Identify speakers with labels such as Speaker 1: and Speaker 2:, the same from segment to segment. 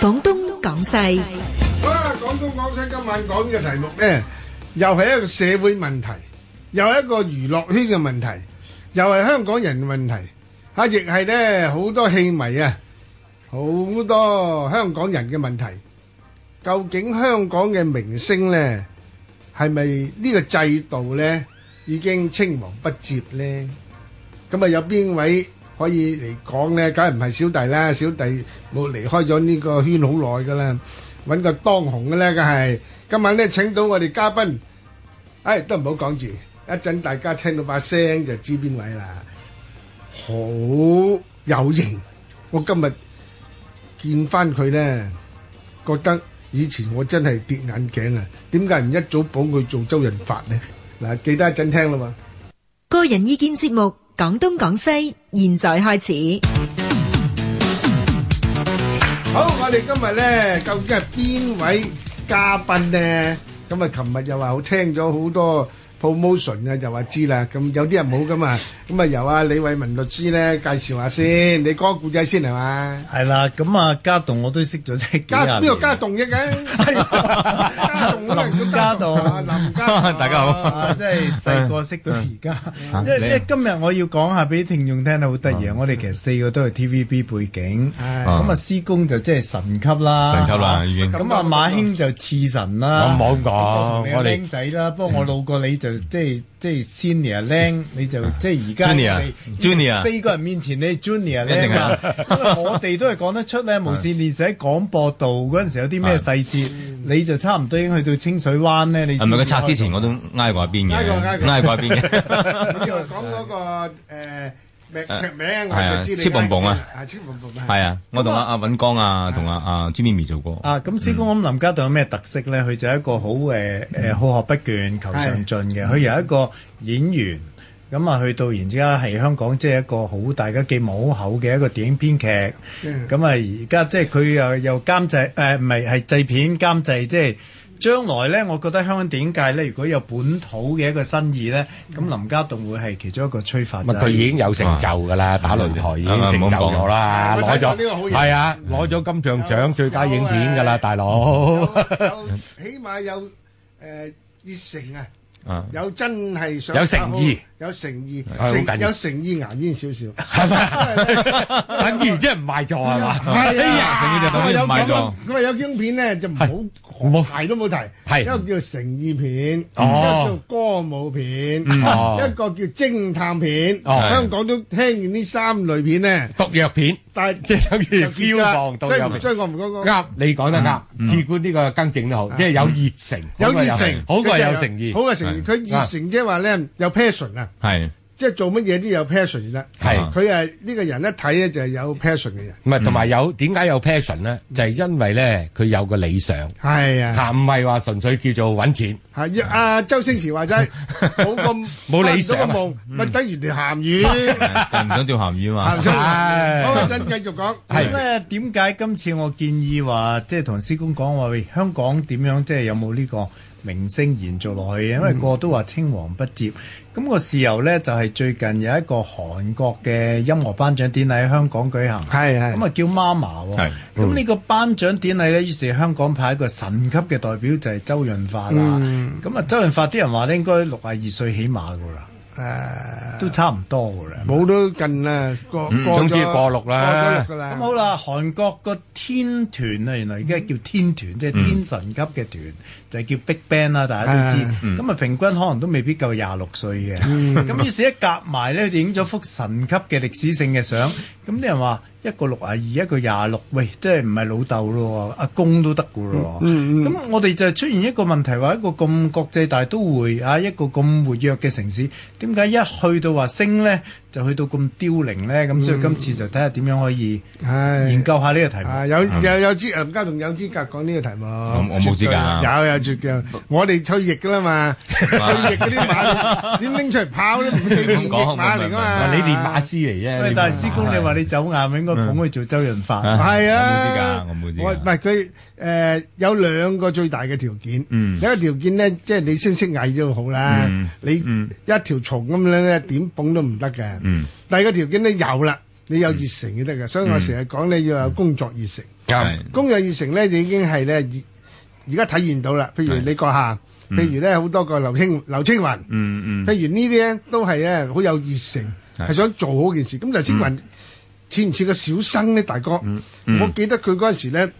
Speaker 1: 廣東廣西
Speaker 2: 好啦，廣東廣西今晚講嘅題目呢，又係一個社會問題，又係一個娛樂圈嘅問題，又係香港人嘅問題，啊，亦係呢好多戲迷啊，好多香港人嘅問題。究竟香港嘅明星呢，係咪呢個制度呢已經青黃不接呢？咁啊，有邊位可以嚟講呢？梗係唔係小弟啦，小弟冇離開咗呢個圈好耐噶啦，揾個當紅嘅咧，梗係今晚咧請到我哋嘉賓，唉、都唔好講住，一陣大家聽到把聲就知邊位啦。好有型，我今日見翻佢咧，覺得以前我真係跌眼鏡啊！點解唔一早捧佢做周潤發呢？嗱，記得一陣聽啦嘛。
Speaker 1: 個人意見節目《廣東廣西》，現在開始。
Speaker 2: 好，我哋今日咧究竟係邊位嘉賓呢？咁啊，琴日又話我聽咗好多 promotion 啊，又話知啦。咁有啲人冇噶嘛，咁啊由阿李偉文律師咧介紹下先。你講個故仔先係嘛？
Speaker 3: 係啦，咁啊家棟我都識咗即係幾
Speaker 2: 家
Speaker 3: 廿
Speaker 2: 邊個家
Speaker 3: 年
Speaker 2: 棟益嘅？家棟啦，家棟啊，林
Speaker 3: 林家棟
Speaker 2: 家棟。
Speaker 4: 大家好
Speaker 3: 啊，即係細個識 到而家，
Speaker 2: 啊
Speaker 4: 嗯
Speaker 3: 因為
Speaker 4: 你嗯
Speaker 3: 因為今日我要講下俾聽眾聽，好得意啊！我哋其實四個都係 TVB 背景，
Speaker 2: 係
Speaker 3: 咁啊師公就即係神級啦，
Speaker 4: 神級啦已經
Speaker 3: 咁啊馬兄就次神啦，
Speaker 4: 我唔好咁講
Speaker 3: 我同你係
Speaker 4: 我哋嗯
Speaker 3: 僆仔啦，不過我老過你就即係即係 senior 僆，你就即係而家
Speaker 4: 啊 Junior，
Speaker 3: 我哋
Speaker 4: Junior
Speaker 3: 四個人面前你係 junior
Speaker 4: 一定
Speaker 3: 僆
Speaker 4: 係啊
Speaker 3: 啊，因為我哋都係講得出 咧，無線電視喺廣播道嗰陣時有啲咩細節，你就差唔多已經去到清水灣咧，你
Speaker 4: 啊係咪佢拆之前我都挨過一邊嘅，
Speaker 2: 挨過挨過
Speaker 4: 挨過一 邊嘅。
Speaker 2: 你又講嗰個誒名劇名，
Speaker 4: 係
Speaker 2: 我
Speaker 4: 啊
Speaker 2: 就知你。
Speaker 4: 黐蹦蹦啊！
Speaker 2: 啊，黐蹦蹦啊！
Speaker 4: 係啊，我同阿阿尹光啊，同阿阿朱咪咪做過。
Speaker 3: 啊，咁師公，我諗林家棟有咩特色咧？佢就係一個好誒誒好學不倦、求上進嘅。佢由一個演員咁啊，去到而家係香港即係一個好大家寄望好厚嘅一個電影編劇。咁啊，而家即係佢又又監製呃誒，唔係係製片監製，即係。將來咧，我覺得香港電影界咧，如果有本土嘅一個新意咧，咁林家棟會係其中一個催化
Speaker 5: 咪
Speaker 3: 劑。
Speaker 5: 佢已經有成就㗎啦，打擂台已經成就咗啦，
Speaker 2: 嗯
Speaker 5: 攞
Speaker 2: 我睇過呢個好
Speaker 5: 咗
Speaker 2: 嘢
Speaker 5: 係啊，攞咗金像獎最佳影片㗎啦，大佬。
Speaker 2: 有起碼有誒熱誠啊！
Speaker 4: 啊，
Speaker 2: 有真係想
Speaker 5: 有誠意，
Speaker 2: 有誠意，
Speaker 5: 好緊
Speaker 2: 誠有
Speaker 5: 要
Speaker 2: 誠意牙煙少 少。
Speaker 5: 等於即係唔賣座係嘛？
Speaker 2: 係
Speaker 4: 誠意就等於唔賣
Speaker 2: 咁啊
Speaker 4: 咗
Speaker 2: 有咁啊有張片咧就唔
Speaker 5: 冇
Speaker 2: 好提都冇提，
Speaker 5: 係
Speaker 2: 一個叫誠意片，一個
Speaker 5: 哦
Speaker 2: 叫歌舞片，
Speaker 5: 哦
Speaker 2: 一個叫偵探片。
Speaker 5: 哦
Speaker 2: 香港都聽完呢三類片咧，
Speaker 5: 毒藥片
Speaker 2: 但係
Speaker 5: 即係等於
Speaker 2: 就知
Speaker 5: 消
Speaker 2: 啦
Speaker 5: 防毒
Speaker 2: 所以
Speaker 5: 藥
Speaker 2: 唔
Speaker 5: 片。
Speaker 2: 所以我唔講講。
Speaker 5: 啱，你講得啱。至管呢個更正都好，即係有熱誠，
Speaker 2: 有熱誠，
Speaker 5: 好過有
Speaker 2: 佢就
Speaker 5: 誠意
Speaker 2: 好。過誠意。佢熱誠即係話咧有 passion 啊，
Speaker 4: 係
Speaker 2: 即係做乜嘢都有 passion 啦。
Speaker 5: 係
Speaker 2: 佢係呢個人一睇咧就係有 passion 嘅人。
Speaker 5: 唔係同埋有點解有 passion 咧？就係因為咧佢有個理想
Speaker 2: 係啊。
Speaker 5: 嚇，唔係話純粹叫做揾錢。
Speaker 2: 系阿周星馳話 齋，冇咁
Speaker 5: 冇理想
Speaker 2: 發唔到個夢，咪等於條鹹 魚。
Speaker 4: 就唔想做鹹魚啊嘛
Speaker 2: 鹹。水
Speaker 5: 係
Speaker 2: 好，一陣繼續講。
Speaker 3: 咁咧點解今次我建議話，即係同師公講話，喂，香港點樣即係有冇呢個明星延續落去？因
Speaker 2: 嗯
Speaker 3: 為個個都話青黃不接。咁、個事由咧就係、最近有一個韓國嘅音樂頒獎典禮喺香港舉行。
Speaker 2: 係係
Speaker 3: 咁啊叫 Mama 喎
Speaker 4: 係，
Speaker 3: 咁呢個頒獎典禮咧，於是香港派一個神級嘅代表就係周潤發啦。
Speaker 2: 嗯
Speaker 3: 咁啊、周潤發啲人話咧應該六啊二歲起碼噶啦，
Speaker 2: 誒，
Speaker 3: 都差唔多噶啦。
Speaker 2: 冇都近啦，過過
Speaker 5: 總之
Speaker 2: 咗
Speaker 5: 過六啦
Speaker 2: 過咗六㗎
Speaker 3: 咁
Speaker 2: 啦。
Speaker 3: 好啦，韓國個天團啊，原來而家叫天團，即係天神級嘅團，就係叫 Big Bang 啦，大家都知。咁啊，平均可能都未必夠廿六歲嘅。咁於是一夾埋咧，佢哋影咗幅神級嘅歷史性嘅相。咁啲人話一個六啊二，一個廿六，喂，即係唔係老豆咯喎，阿公都得噶咯喎。咁我哋就出現一個問題，話一個咁國際大都會啊，一個咁活躍嘅城市，點解一去到話升咧，就去到咁凋零咧？咁所以今次就睇下點樣可以。
Speaker 2: 係
Speaker 3: 研究下呢個題目。
Speaker 2: 啊，有有有資林家棟有資格講呢個題目。我
Speaker 4: 我冇資格啊
Speaker 2: 有有絕嘅，我哋退役㗎啦 嘛，退役嗰啲馬點拎出嚟跑都唔會變役馬嚟㗎嘛。
Speaker 5: 你練馬師嚟啫。
Speaker 3: 喂，但係
Speaker 5: 你明白
Speaker 3: 師公，你話你走硬，應該捧佢做周潤發。
Speaker 4: 啊
Speaker 2: 係啊，
Speaker 4: 我冇資格
Speaker 2: 我
Speaker 4: 我
Speaker 2: 唔
Speaker 4: 冇資格
Speaker 2: 係佢誒有兩個最大嘅條件，
Speaker 4: 嗯
Speaker 2: 有一個條件咧，即係你識唔識藝都好啦，
Speaker 4: 嗯
Speaker 2: 你一條蟲咁樣咧點捧都唔得嘅。
Speaker 4: 嗯嗯
Speaker 2: 第二個條件咧有啦，你有熱誠就得㗎。所以我成日講你要有工作熱誠。
Speaker 5: 啱，
Speaker 2: 工作熱誠咧，你已經係咧而而家體現到啦。譬如
Speaker 4: 係
Speaker 2: 李國下，譬如咧好多個劉青劉青雲，
Speaker 4: 嗯嗯，
Speaker 2: 譬如呢啲咧都係咧好有熱誠，
Speaker 4: 係
Speaker 2: 係想做好件事。咁劉青雲似唔似個小生咧，大哥？
Speaker 4: 嗯
Speaker 2: 我記得佢嗰陣時咧，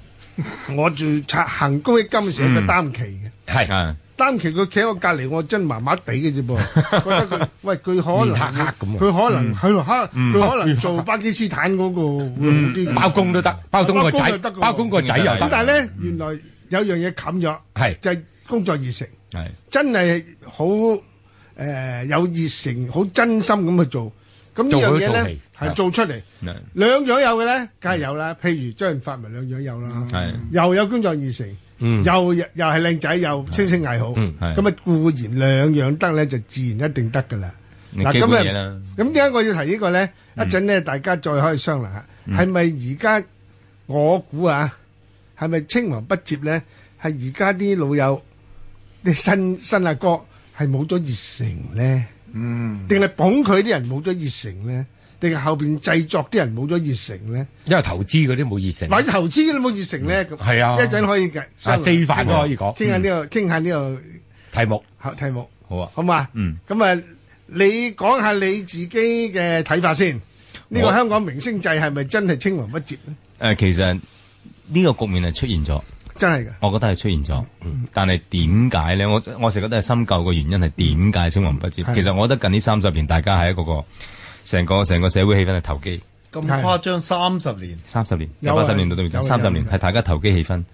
Speaker 2: 我做拆行公益金嘅時
Speaker 4: 嗯
Speaker 2: 候，佢擔旗嘅。
Speaker 5: 係
Speaker 4: 係
Speaker 2: 擔旗佢企喺我隔離，我真麻麻地嘅啫 噃，覺得佢喂佢可能
Speaker 5: 面黑黑咁喎啊
Speaker 2: 佢可
Speaker 4: 嗯
Speaker 2: 能喺度黑，佢可能做巴基斯坦嗰個會好啲嘅
Speaker 4: 嗯
Speaker 5: 包公都得，包公
Speaker 2: 包
Speaker 5: 個
Speaker 2: 公
Speaker 5: 仔
Speaker 2: 又得㗎，喎
Speaker 5: 包公個仔又
Speaker 2: 咁
Speaker 5: 得，
Speaker 2: 但係咧，原來有樣嘢冚咗，
Speaker 5: 係
Speaker 2: 就係工作熱誠，
Speaker 4: 係
Speaker 2: 真係好誒有熱誠，好真心咁去做。咁呢樣嘢
Speaker 5: 做好一套
Speaker 2: 咧
Speaker 5: 戲嗯
Speaker 2: 係做出嚟，
Speaker 4: 係
Speaker 2: 兩樣有嘅咧，梗係有啦。譬如周潤發咪兩樣有啦
Speaker 4: 係，
Speaker 2: 又有工作熱誠，
Speaker 5: 嗯
Speaker 2: 又又係靚仔，又聲聲藝好。
Speaker 5: 嗯
Speaker 4: 係
Speaker 2: 咁啊，固然兩樣得咧，就自然一定得噶啦。
Speaker 4: 基本嘢
Speaker 2: 咁
Speaker 4: 啦嗯
Speaker 2: 啊，咁點解我要提呢個咧？一陣咧，大家再可以商量下，係咪而家我估啊，係咪青黃不接咧？係而家啲老友，啲新新阿哥係冇咗熱誠咧，嗯，定係捧佢啲人冇咗熱誠咧？定係後邊製作啲人冇咗熱誠咧？
Speaker 5: 因為投資嗰啲冇熱
Speaker 2: 或
Speaker 5: 誠，
Speaker 2: 者投資都冇熱誠咧？咁
Speaker 5: 係啊
Speaker 2: 一陣可以嘅，
Speaker 5: 啊四番都可以講
Speaker 2: 傾下呢個，傾下呢個。
Speaker 5: 題目
Speaker 2: 好題目，
Speaker 4: 好啊
Speaker 2: 好嘛？
Speaker 4: 嗯，
Speaker 2: 咁啊，你講下你自己嘅睇法先。呢個
Speaker 4: 我
Speaker 2: 香港明星制係咪真係青黃不接咧？
Speaker 4: 誒，其實呢個局面係出現咗。
Speaker 2: 真係㗎，
Speaker 4: 我覺得係出現咗，但係點解咧？我我成日覺得係深究個原因係點解青黃不接。
Speaker 2: 係
Speaker 4: 其實我覺得近呢三十年，大家係一個個成個成個社會氣氛係投機。
Speaker 3: 咁
Speaker 2: 係
Speaker 3: 誇張三十年，
Speaker 4: 三十年，
Speaker 2: 有
Speaker 4: 由
Speaker 2: 啊
Speaker 4: 八十年到到而
Speaker 2: 有
Speaker 4: 家
Speaker 2: 啊
Speaker 4: 三十
Speaker 2: 有啊
Speaker 4: 年，
Speaker 2: 有啊嗯
Speaker 4: 係大家投機氣氛，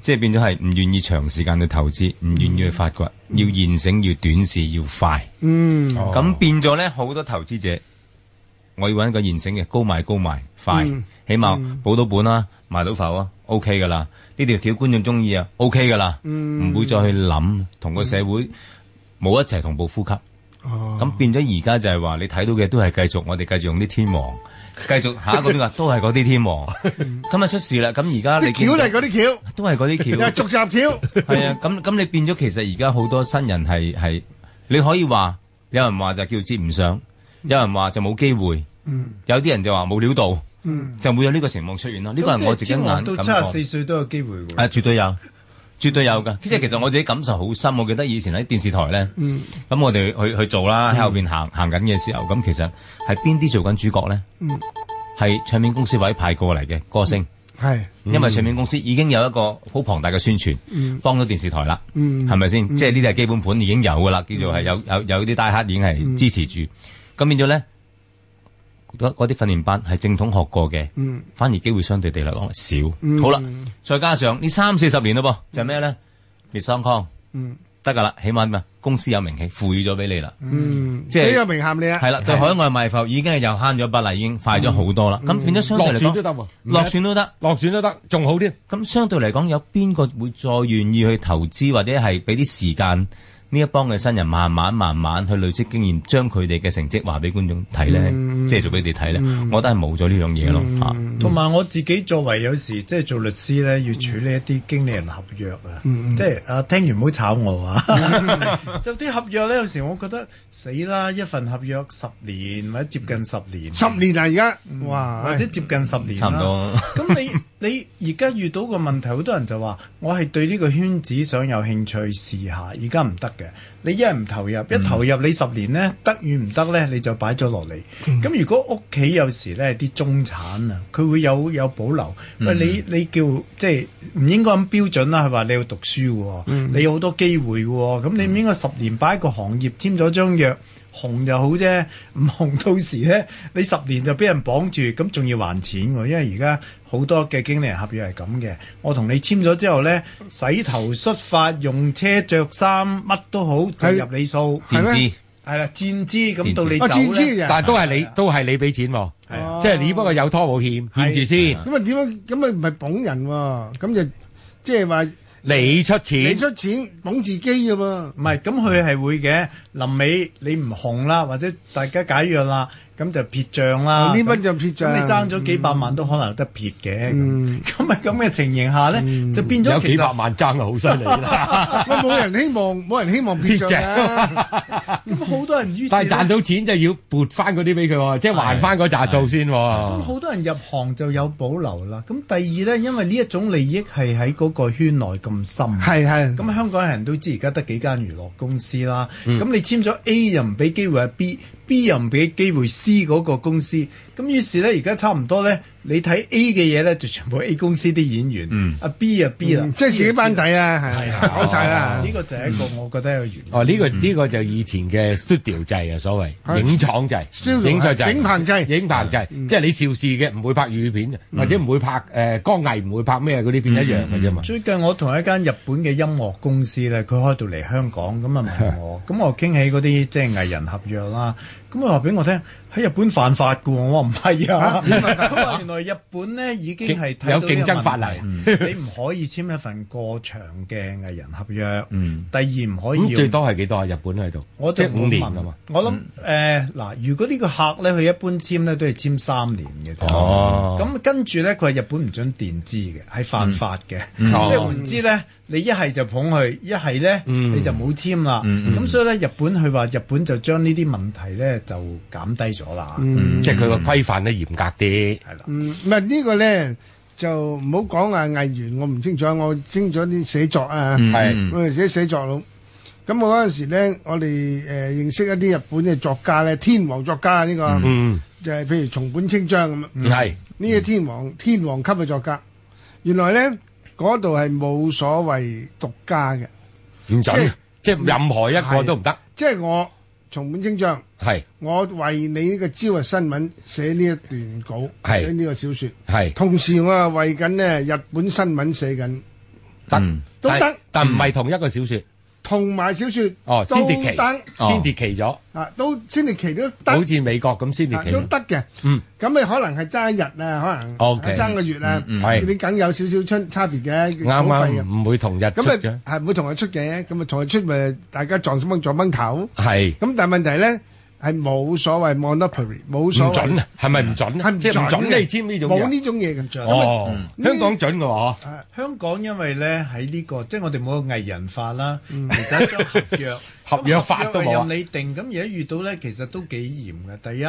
Speaker 4: 即係變咗係唔願意長時間去投資，唔願意去發掘，要現成，要短視，要快。
Speaker 2: 嗯，
Speaker 5: 哦
Speaker 4: 咁變咗咧，好多投資者，我要揾個現成嘅高賣高賣快，
Speaker 2: 嗯
Speaker 4: 起碼保到本啦，賣到浮啊，OK 噶啦，呢條橋觀眾中意啊，OK 噶啦，
Speaker 2: 嗯
Speaker 4: 唔會再去諗同個社會冇一齊同步呼吸。
Speaker 2: 哦，
Speaker 4: 咁變咗而家就係話，你睇到嘅都係繼續，我哋繼續用啲天王，繼續下一個邊個都係嗰啲天王。咁啊出事啦！咁而家你
Speaker 2: 啲
Speaker 4: 見
Speaker 2: 橋
Speaker 4: 到
Speaker 2: 嚟嗰啲
Speaker 4: 都係嗰啲
Speaker 2: 橋，又
Speaker 4: 橋
Speaker 2: 係。續集橋，
Speaker 4: 係啊，咁咁你變咗其實而家好多新人係係，你可以話有人話就叫接唔上，有人話就冇機會，有啲人就話冇料到，就會有呢個情況出現咯。呢個係我自己眼
Speaker 3: 咁
Speaker 4: 感
Speaker 3: 即係天王到
Speaker 4: 覺
Speaker 3: 七十。四歲都有機會喎。
Speaker 4: 啊，絕對有，嗯絕對有噶。即係其實我自己感受好深，我記得以前喺電視台咧，咁我哋去去做啦，喺後邊行行緊嘅時候，咁其實係邊啲做緊主角咧？係唱片公司委派過嚟嘅歌星。
Speaker 2: 係
Speaker 4: 因為唱片公司已經有一個好龐大嘅宣傳，幫到電視台啦，係咪先？即係呢啲係基本盤已經有噶啦，叫做係有有有啲大黑已經係支持住，咁變咗咧，嗰嗰啲訓練班係正統學過嘅，反而機會相對地嚟講係少。好啦，再加上呢三四十年咯噃，就係咩咧？滅桑康，得噶啦，起碼嘛公司有名氣，賦予咗俾你啦，
Speaker 2: 嗯，
Speaker 4: 即係
Speaker 2: 你又明喊你啊，
Speaker 4: 係啦，對海外賣埠已經係又慳咗筆啦，已經快咗好多啦，咁變咗相對
Speaker 5: 落
Speaker 4: 嚟
Speaker 5: 選都
Speaker 4: 講，
Speaker 5: 得喎，
Speaker 4: 落選都得。
Speaker 5: 落選都得，仲好添。
Speaker 4: 咁相對嚟講，有邊個會再願意去投資，或者係俾啲時間呢一幫嘅新人慢慢慢慢去累積經驗，將佢哋嘅成績話俾觀眾睇咧，
Speaker 2: 嗯
Speaker 4: 即係做俾你哋睇咧？我覺得係冇咗呢樣嘢咯啊嚇。
Speaker 3: 同埋我自己作為有時即係做律師咧，要處理一啲經理人合約啊，即係啊聽完唔好炒我 啊！就啲合約咧，有時我覺得死啦，一份合約十年或者接近十年，
Speaker 2: 十年啦而家，哇，
Speaker 3: 或者接近十年啦
Speaker 4: 差唔多。
Speaker 2: 嗯
Speaker 3: 咁你你而家遇到個問題，好多人就話我係對呢個圈子想有興趣試下，而家唔得嘅。你一係唔投入，一投入你十年呢，得與唔得呢，你就擺咗落嚟。咁、如果屋企有時呢啲中產啊，佢會有有保留。喂，你你叫即係唔應該咁標準啊啦，係話你要讀書喎，你有好多機會喎，咁你唔應該十年擺一個行業簽咗張約。紅就好啫， 唔紅到時咧，你十年就俾人綁住，咁仲要還錢喎。因為而家好多嘅經理人合約係咁嘅，我同你簽咗之後咧，洗頭、梳髮、用車、着衫，乜都好，就入你數，
Speaker 2: 係
Speaker 4: 戰
Speaker 2: 咩
Speaker 4: 資
Speaker 3: 係啦，墊資咁到你
Speaker 5: 啊
Speaker 2: 我
Speaker 3: 走
Speaker 2: 戰知
Speaker 3: 咧，
Speaker 2: 嘅，
Speaker 5: 但係都係你，都係你俾錢喎，
Speaker 3: 係
Speaker 2: 哦
Speaker 3: 啊
Speaker 5: 即係你不過有拖冇欠，欠住先，
Speaker 2: 咁啊點樣？咁啊唔係捧人喎，咁就即係話
Speaker 5: 你出
Speaker 2: 你
Speaker 5: 錢，
Speaker 2: 出錢捧自己嘅喎，
Speaker 3: 唔係咁佢係會嘅。臨尾你唔紅啦，或者大家解約啦，咁就撇帳啦。
Speaker 5: 哦
Speaker 2: 呢筆
Speaker 3: 咁
Speaker 2: 就撇帳
Speaker 3: 咁你爭咗幾百萬都可能有得撇嘅。
Speaker 5: 嗯
Speaker 3: 咁咁咪咁嘅情形下咧，就變咗
Speaker 5: 有
Speaker 3: 其
Speaker 5: 幾
Speaker 3: 實
Speaker 5: 百萬爭啊，好犀利 啦！
Speaker 2: 喂冇人希望，冇人希望撇帳㗎
Speaker 3: 咁好多人於是
Speaker 5: 但係
Speaker 3: 呢
Speaker 5: 賺到錢就要撥翻嗰啲俾佢喎，即係還翻嗰扎數先
Speaker 3: 咁
Speaker 5: 喎。
Speaker 3: 好多人入行就有保留啦。咁第二咧，因為呢一種利益係喺嗰個圈內咁深。
Speaker 2: 係係。
Speaker 3: 咁香港人都知而家得幾間娛樂公司啦。咁、你簽咗 A 又唔俾機會啊 B，B 又唔俾機會 C 嗰個公司。咁於是咧，而家差唔多咧，你睇 A 嘅嘢咧，就全部 A 公司啲演員。啊 B 啊 B 啦，
Speaker 2: 嗯即係自己班底啊，係啊搞晒啦
Speaker 3: 呢。個就係一個我覺得有原因。
Speaker 5: 哦，呢個呢個就以前嘅 studio 制啊，所謂
Speaker 2: 係
Speaker 5: 影廠制、
Speaker 2: studio，
Speaker 5: 影劇
Speaker 2: 係影棚制
Speaker 5: 影棚制，即係你邵氏嘅唔會拍粵語片，或者唔會拍誒江藝唔會拍咩嗰啲片一樣嘅啫嘛。
Speaker 3: 最近我同一間日本嘅音樂公司咧，佢開到嚟香港，咁啊 問我，咁我傾起嗰啲即係藝人合約啦，咁佢話俾我聽哎喺日本犯法嘅喎，我話唔係 啊，咁啊原來日本咧已經係睇到呢個問題
Speaker 5: 有競爭法例，
Speaker 3: 你唔可以簽一份過長嘅藝人合約，第二唔可以
Speaker 5: 嗯咁
Speaker 3: 要
Speaker 5: 最多係幾多啊？日本喺度，
Speaker 3: 我
Speaker 5: 即
Speaker 3: 就
Speaker 5: 係五
Speaker 3: 冇
Speaker 5: 年
Speaker 3: 問
Speaker 5: 啊嘛。。嗯
Speaker 3: 我諗誒嗱，如果呢個客咧，佢一般簽咧都係簽三年嘅啫。
Speaker 5: 哦
Speaker 3: 咁跟住咧，佢係日本唔準電資嘅，係犯法嘅。嗯
Speaker 5: 哦
Speaker 3: 即係換之咧，你一係就捧佢，一係咧
Speaker 5: 嗯
Speaker 3: 你就冇簽啦。咁所以咧，日本佢話日本就將呢啲問題咧就減低咗啦。
Speaker 5: 即係佢個規範咧嚴格啲。
Speaker 3: 係啦，
Speaker 2: 嗯，唔係呢個咧就唔好講啊藝員，我唔清楚，我清楚啲寫作啊，
Speaker 5: 係
Speaker 2: 我哋寫寫作佬。咁我嗰陣時咧，我哋誒、呃、認識一啲日本嘅作家咧，天王作家啊呢、個，
Speaker 5: 嗯，
Speaker 2: 就係譬如松本清張咁樣，
Speaker 5: 係
Speaker 2: 呢個天王天王級嘅作家，原來咧嗰度係冇所謂獨家嘅，
Speaker 5: 唔準
Speaker 2: 係，
Speaker 5: 即係任何一個都唔得。
Speaker 2: 即係我松本清張。
Speaker 5: 係
Speaker 2: 我為你呢個朝日新聞寫呢一段稿，
Speaker 5: 係
Speaker 2: 寫呢個小說，
Speaker 5: 係
Speaker 2: 同時我係為緊呢日本新聞寫緊，
Speaker 5: 得
Speaker 4: 嗯
Speaker 2: 都
Speaker 5: 但
Speaker 2: 得
Speaker 5: 但唔係同一個小説。
Speaker 2: 同埋小說
Speaker 5: 哦，先
Speaker 2: 都
Speaker 5: 跌期
Speaker 2: 得，
Speaker 5: 先跌期咗，
Speaker 2: 啊，都先列期都得，
Speaker 5: 好似美國咁先跌
Speaker 2: 啊
Speaker 5: 期
Speaker 2: 都。得嘅。
Speaker 5: 嗯
Speaker 2: 咁你可能係爭一日啊，可能
Speaker 5: OK
Speaker 2: 爭個月啊，
Speaker 5: 嗯係
Speaker 2: 你梗有少少出差別嘅，
Speaker 5: 啱
Speaker 2: 稿費
Speaker 5: 啱
Speaker 2: 嘅
Speaker 5: 唔會同日出
Speaker 2: 咁
Speaker 5: 嘅
Speaker 2: 啊，，係唔會同佢出嘅，咁啊同佢出咪大家撞崩撞崩頭。
Speaker 5: 係
Speaker 2: 咁但係問題咧係冇所謂 monopoly，冇
Speaker 5: 唔
Speaker 2: 所謂
Speaker 5: 準啊？係咪唔準
Speaker 2: 係
Speaker 5: 啊？
Speaker 2: 唔
Speaker 5: 即係唔準
Speaker 2: 準嘅
Speaker 5: 你簽呢種
Speaker 2: 冇
Speaker 5: 嘢。
Speaker 2: 呢種嘢嘅。
Speaker 5: 哦，
Speaker 2: 呢
Speaker 5: 香港準嘅喎，
Speaker 3: 香港因為咧喺呢個即係我哋冇個藝人法啦，
Speaker 5: 嗯
Speaker 3: 其實一張合 約
Speaker 5: 合約法都冇
Speaker 3: 咁合約
Speaker 5: 啊
Speaker 3: 係任你定。咁而家遇到咧，其實都幾嚴嘅。第一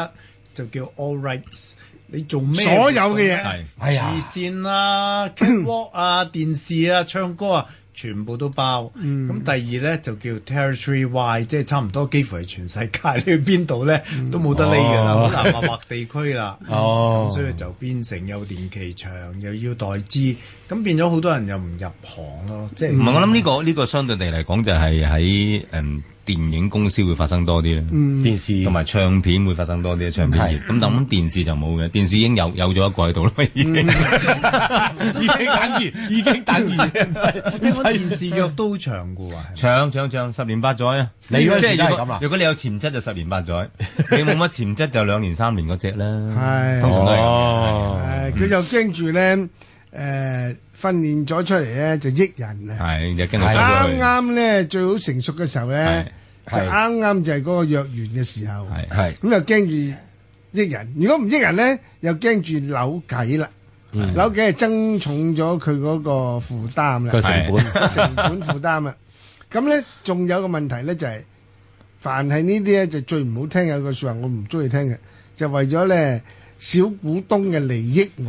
Speaker 3: 就叫 all rights，你做咩
Speaker 2: 所有嘅嘢
Speaker 4: 係
Speaker 5: 哎呀
Speaker 3: 慈善啦、catwalk 啊、電視啊、唱歌啊，全部都包。咁、第二咧就叫 territory wide，即係差唔多幾乎係全世界，你去邊度咧都冇得匿㗎啦，
Speaker 5: 哦
Speaker 3: 好難劃劃地區啦。
Speaker 5: 哦
Speaker 3: 咁所以就變成又年期長，又要代資，咁變咗好多人又唔入行咯，即係
Speaker 4: 唔係，我諗呢個呢個相對地嚟講，就係喺誒電影公司會發生多啲
Speaker 2: 嗯
Speaker 4: 咧，
Speaker 5: 電視
Speaker 4: 同埋唱片會發生多啲唱片業。咁但咁電視就冇嘅，電視已經有有咗一個喺度啦，已
Speaker 2: 嗯
Speaker 4: 經。
Speaker 5: 已經等於已經等於，
Speaker 3: 我聽講電視約都好長嘅喎，係咪
Speaker 4: 唱唱唱，十年八載啊！
Speaker 5: 你嗰陣時
Speaker 4: 即係
Speaker 5: 都係
Speaker 4: 如
Speaker 5: 咁啊
Speaker 4: 果如果你有潛質就十年八載， 你冇乜潛質就兩年三年嗰只啦。
Speaker 2: 係
Speaker 4: 通常都係咁嘅。
Speaker 5: 哦，
Speaker 2: 誒，佢就驚住咧，誒、訓練咗出嚟咧就益人啊！
Speaker 4: 係就跟住走咗去
Speaker 2: 啱。啱咧最好成熟嘅時候咧，就
Speaker 5: 係係
Speaker 2: 啱啱就係嗰個藥丸嘅時候，
Speaker 4: 係
Speaker 5: 係
Speaker 2: 咁又驚住益人。如果唔益人咧，又驚住扭計啦，扭計係增重咗佢嗰個負擔
Speaker 5: 個
Speaker 2: 啦，
Speaker 5: 成本
Speaker 2: 成本負擔啊！咁咧仲有個問題咧就係、凡係呢啲咧就最唔好聽有句説話我唔中意聽嘅，就為咗咧小股東嘅利益我，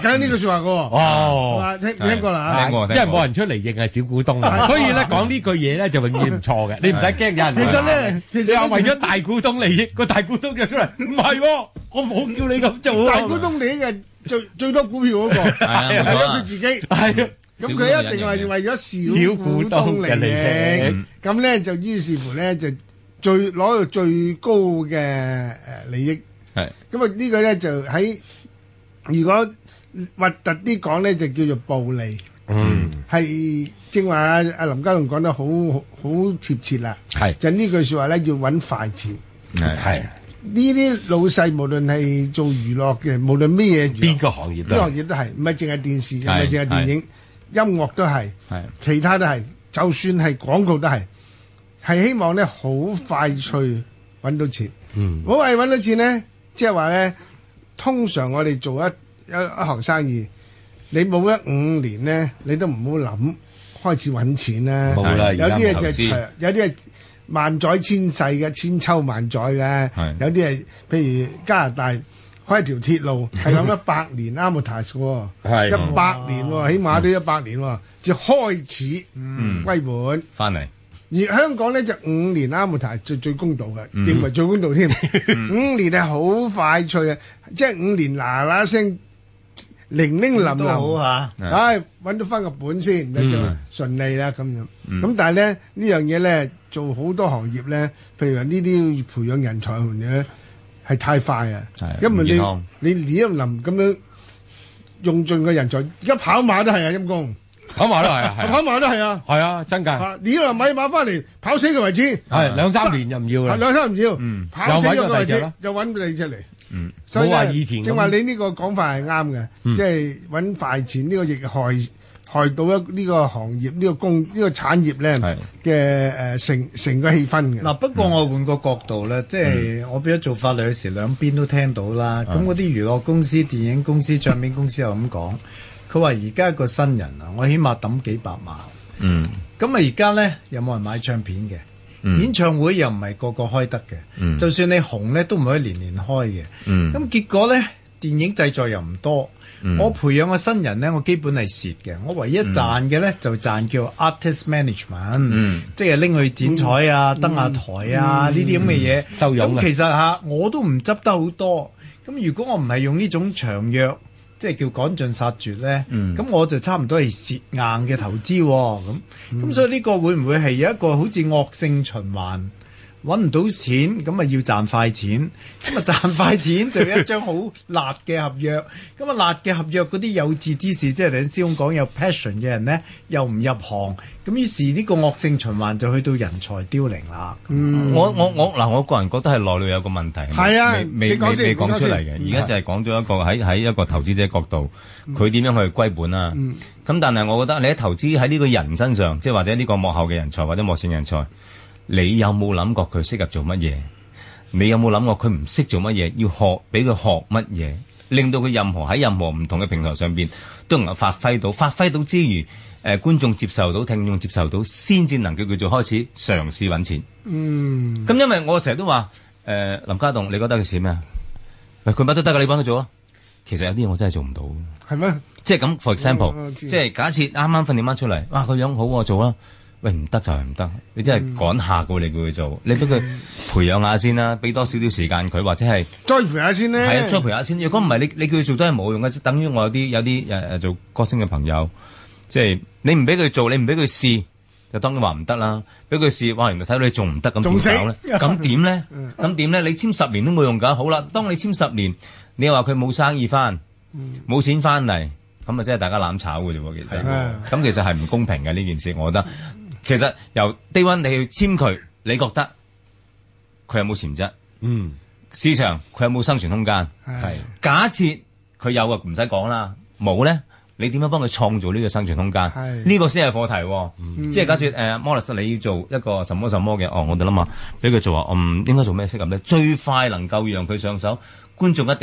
Speaker 2: 梗係呢句説話嘅喎。
Speaker 5: 哦。
Speaker 2: 哇，聽聽過啦啊嚇
Speaker 4: 聽過
Speaker 5: 因為冇人出嚟認係小股東啊，所以咧講呢句嘢咧就永遠唔錯嘅，你唔使驚有人
Speaker 2: 其
Speaker 5: 會鬧。
Speaker 2: 實呢其實呢
Speaker 5: 你話為咗大股東利益，個大股東就出嚟，唔係喎，我冇叫你咁做啊
Speaker 2: 大股東你嘅最最多股票嗰個係
Speaker 4: 啊冇錯啊
Speaker 2: 咗佢自己，
Speaker 5: 係啊。
Speaker 2: 咁佢一定係為咗小股東利益，嗯咁咧就於是乎咧就最攞到最高嘅誒利益。
Speaker 4: 係
Speaker 2: 咁啊呢個咧就喺如果核突啲講咧就叫做暴利，
Speaker 5: 嗯，
Speaker 2: 係正話阿阿林家棟講得好好好貼切啦。
Speaker 5: 係
Speaker 2: 就呢句説話咧要揾快錢。
Speaker 4: 係
Speaker 5: 係
Speaker 2: 呢啲老細無論係做娛樂嘅，無論咩嘢娛樂
Speaker 5: 邊個行業
Speaker 2: 呢行
Speaker 5: 都
Speaker 2: 業都係，唔係淨係電視，唔
Speaker 4: 係
Speaker 2: 係淨係電影，音樂都係，
Speaker 4: 係
Speaker 2: 其他都係，就算係廣告都係，係希望咧好快脆揾到錢。
Speaker 5: 嗯
Speaker 2: 我係揾到錢咧，即係話咧，通常我哋做一一一行生意，你冇一五年咧，你都唔好諗開始揾錢啦。
Speaker 5: 冇啦
Speaker 2: 有啲
Speaker 5: 而
Speaker 2: 嘢就
Speaker 4: 投
Speaker 5: 家冇
Speaker 4: 資
Speaker 2: 係長，有啲係萬載千世嘅，千秋萬載嘅
Speaker 4: 係。
Speaker 2: 有啲係譬如加拿大開條鐵路係諗一百年啱 t 喎，
Speaker 5: 係
Speaker 2: 一百年
Speaker 3: 哦
Speaker 2: 喎，起碼都一百年喎，至開始
Speaker 3: 嗯
Speaker 2: 歸本。
Speaker 4: 翻嚟
Speaker 2: 而香港咧就五年啦，冇提最最公道嘅，
Speaker 3: 嗯
Speaker 2: 認為最公道 添。五年係好快脆啊，即係五年嗱嗱聲，零零冧
Speaker 3: 都好啊
Speaker 2: 冧，
Speaker 3: 嚇。
Speaker 4: 啊
Speaker 2: 唉，揾到翻個本
Speaker 4: 嗯
Speaker 2: 先，就順利啦咁樣。咁但係咧呢樣嘢咧，做好多行業咧，譬如話呢啲培養人才嘅嘢係太快啊
Speaker 4: 係，
Speaker 2: 因
Speaker 4: 唔健
Speaker 2: 為
Speaker 4: 康
Speaker 2: 你你連一冧咁樣用盡個人才，而家跑馬都係啊陰公，
Speaker 5: 咁話都係啊，係
Speaker 2: 跑
Speaker 5: 啊
Speaker 2: 馬都係啊。
Speaker 5: 係啊，真㗎，
Speaker 2: 啊！你要買馬翻嚟跑死佢為止，
Speaker 5: 係兩三年就唔要
Speaker 2: 啊
Speaker 5: 啦。
Speaker 2: 兩三唔要，跑死咗佢為
Speaker 5: 又搵個第二隻
Speaker 2: 止
Speaker 5: 啦，
Speaker 2: 又揾你出嚟。
Speaker 4: 嗯
Speaker 2: 所以
Speaker 5: 冇話
Speaker 2: 咧
Speaker 5: 以前咁嗯
Speaker 2: 正話你呢個講法係啱嘅，即係揾快錢呢個亦害害到一呢個行業呢個工呢個產業咧
Speaker 4: 係
Speaker 2: 嘅誒成成個氣氛
Speaker 3: 嗱，
Speaker 2: 嘅。
Speaker 3: 不過我換個角度咧，即係我變咗做法律嘅時，兩邊都聽到啦。咁嗰啲娛樂公司、電影公司、唱片公司又咁講，佢話而家個新人啊，我起碼抌幾百萬。
Speaker 4: 嗯
Speaker 3: 咁啊，而家咧有冇人買唱片嘅？
Speaker 4: 嗯
Speaker 3: 演唱會又唔係個個開得嘅，
Speaker 4: 嗯
Speaker 3: 就算你紅咧都唔可以年年開嘅。咁、
Speaker 4: 嗯
Speaker 3: 結果咧，電影製作又唔多。
Speaker 4: 嗯
Speaker 3: 我培養個新人咧，我基本係蝕嘅。我唯一賺嘅咧就賺叫 artist management，、
Speaker 4: 嗯
Speaker 3: 即係拎去剪彩啊、登下台啊呢啲咁嘅嘢。
Speaker 5: 嗯收佣
Speaker 3: 咁
Speaker 5: 啊
Speaker 3: 其實嚇我都唔執得好多。咁如果我唔係用呢種長約，即係叫趕盡殺絕咧，咁、我就差唔多係蝕硬嘅投資喎、咁咁、所以呢個會唔會係有一個好似惡性循環？揾唔到錢，咁咪要賺快錢，咁啊賺快錢就有一張好辣嘅合約，咁啊辣嘅合約嗰啲有志之士，即係頭先師兄講有 passion 嘅人咧，又唔入行，咁於是呢個惡性循環就去到人才凋零啦。
Speaker 4: 我我我嗱，我個人覺得係內裏有個問題，
Speaker 2: 嗯係啊
Speaker 4: 未未
Speaker 2: 你講
Speaker 4: 未
Speaker 2: 先嗯
Speaker 4: 未講
Speaker 2: 你講
Speaker 4: 出
Speaker 2: 先
Speaker 4: 嚟嘅。而家就係講咗一個喺喺一個投資者角度，
Speaker 2: 嗯
Speaker 4: 佢點樣去歸本啦。咁但係我覺得你喺投資喺呢個人身上，即係或者呢個幕後嘅人才或者幕前人才，你有冇諗過佢適合做乜嘢？你有冇諗過佢唔識做乜嘢？要學俾佢學乜嘢，令到佢任何喺任何唔同嘅平台上邊都能夠發揮到，發揮到之餘，誒、觀眾接受到、聽眾接受到，先至能夠叫做開始嘗試揾錢。
Speaker 2: 嗯，
Speaker 4: 咁因為我成日都話，誒、林家棟，你覺得佢似咩啊？喂，佢乜都得㗎，你幫佢做啊！其實有啲嘢我真係做唔到，
Speaker 2: 係咩？
Speaker 4: 即係咁。For example，、
Speaker 2: 嗯我知
Speaker 4: 即係假設啱啱訓練班出嚟，哇，佢樣好喎，做啦。喂，唔得就係唔得，你真
Speaker 2: 嗯
Speaker 4: 係趕下過你叫佢做，你俾佢培養下先啦，俾多少少時間佢，或者係
Speaker 2: 栽培下先咧。
Speaker 4: 係啊，栽培下先。如果唔係，你你叫佢做都係冇用嘅，即係等於我有啲有啲誒誒做歌星嘅朋友，即係你唔俾佢做，你唔俾佢試，就當然話唔得啦。俾佢試，哇！原來睇到你仲唔得，咁
Speaker 2: 仲死嗯
Speaker 4: 點搞 咧？咁點咧？咁點咧？你簽十年都冇用㗎。好啦，當你簽十年，你又話佢冇生意翻，
Speaker 2: 嗯
Speaker 4: 冇錢翻嚟，咁啊，即係大家攬炒嘅啫喎。其實
Speaker 2: 啊
Speaker 4: 咁其實係唔公平嘅呢件事，我覺得。其實由低温你去簽佢，你覺得佢有冇潛質？
Speaker 5: 嗯，
Speaker 4: 市場佢有冇生存空間？
Speaker 2: 係
Speaker 4: 假設佢有啊，唔使講啦。冇咧，你點樣幫佢創造呢個生存空間？
Speaker 2: 係嗯
Speaker 4: 呢個先係課題喎。即係假設誒 Morris 你要做一個什麼什麼嘅，哦，我哋諗下，俾佢做啊，嗯，應該做咩適合咧？最快能夠讓佢上手，觀眾一定。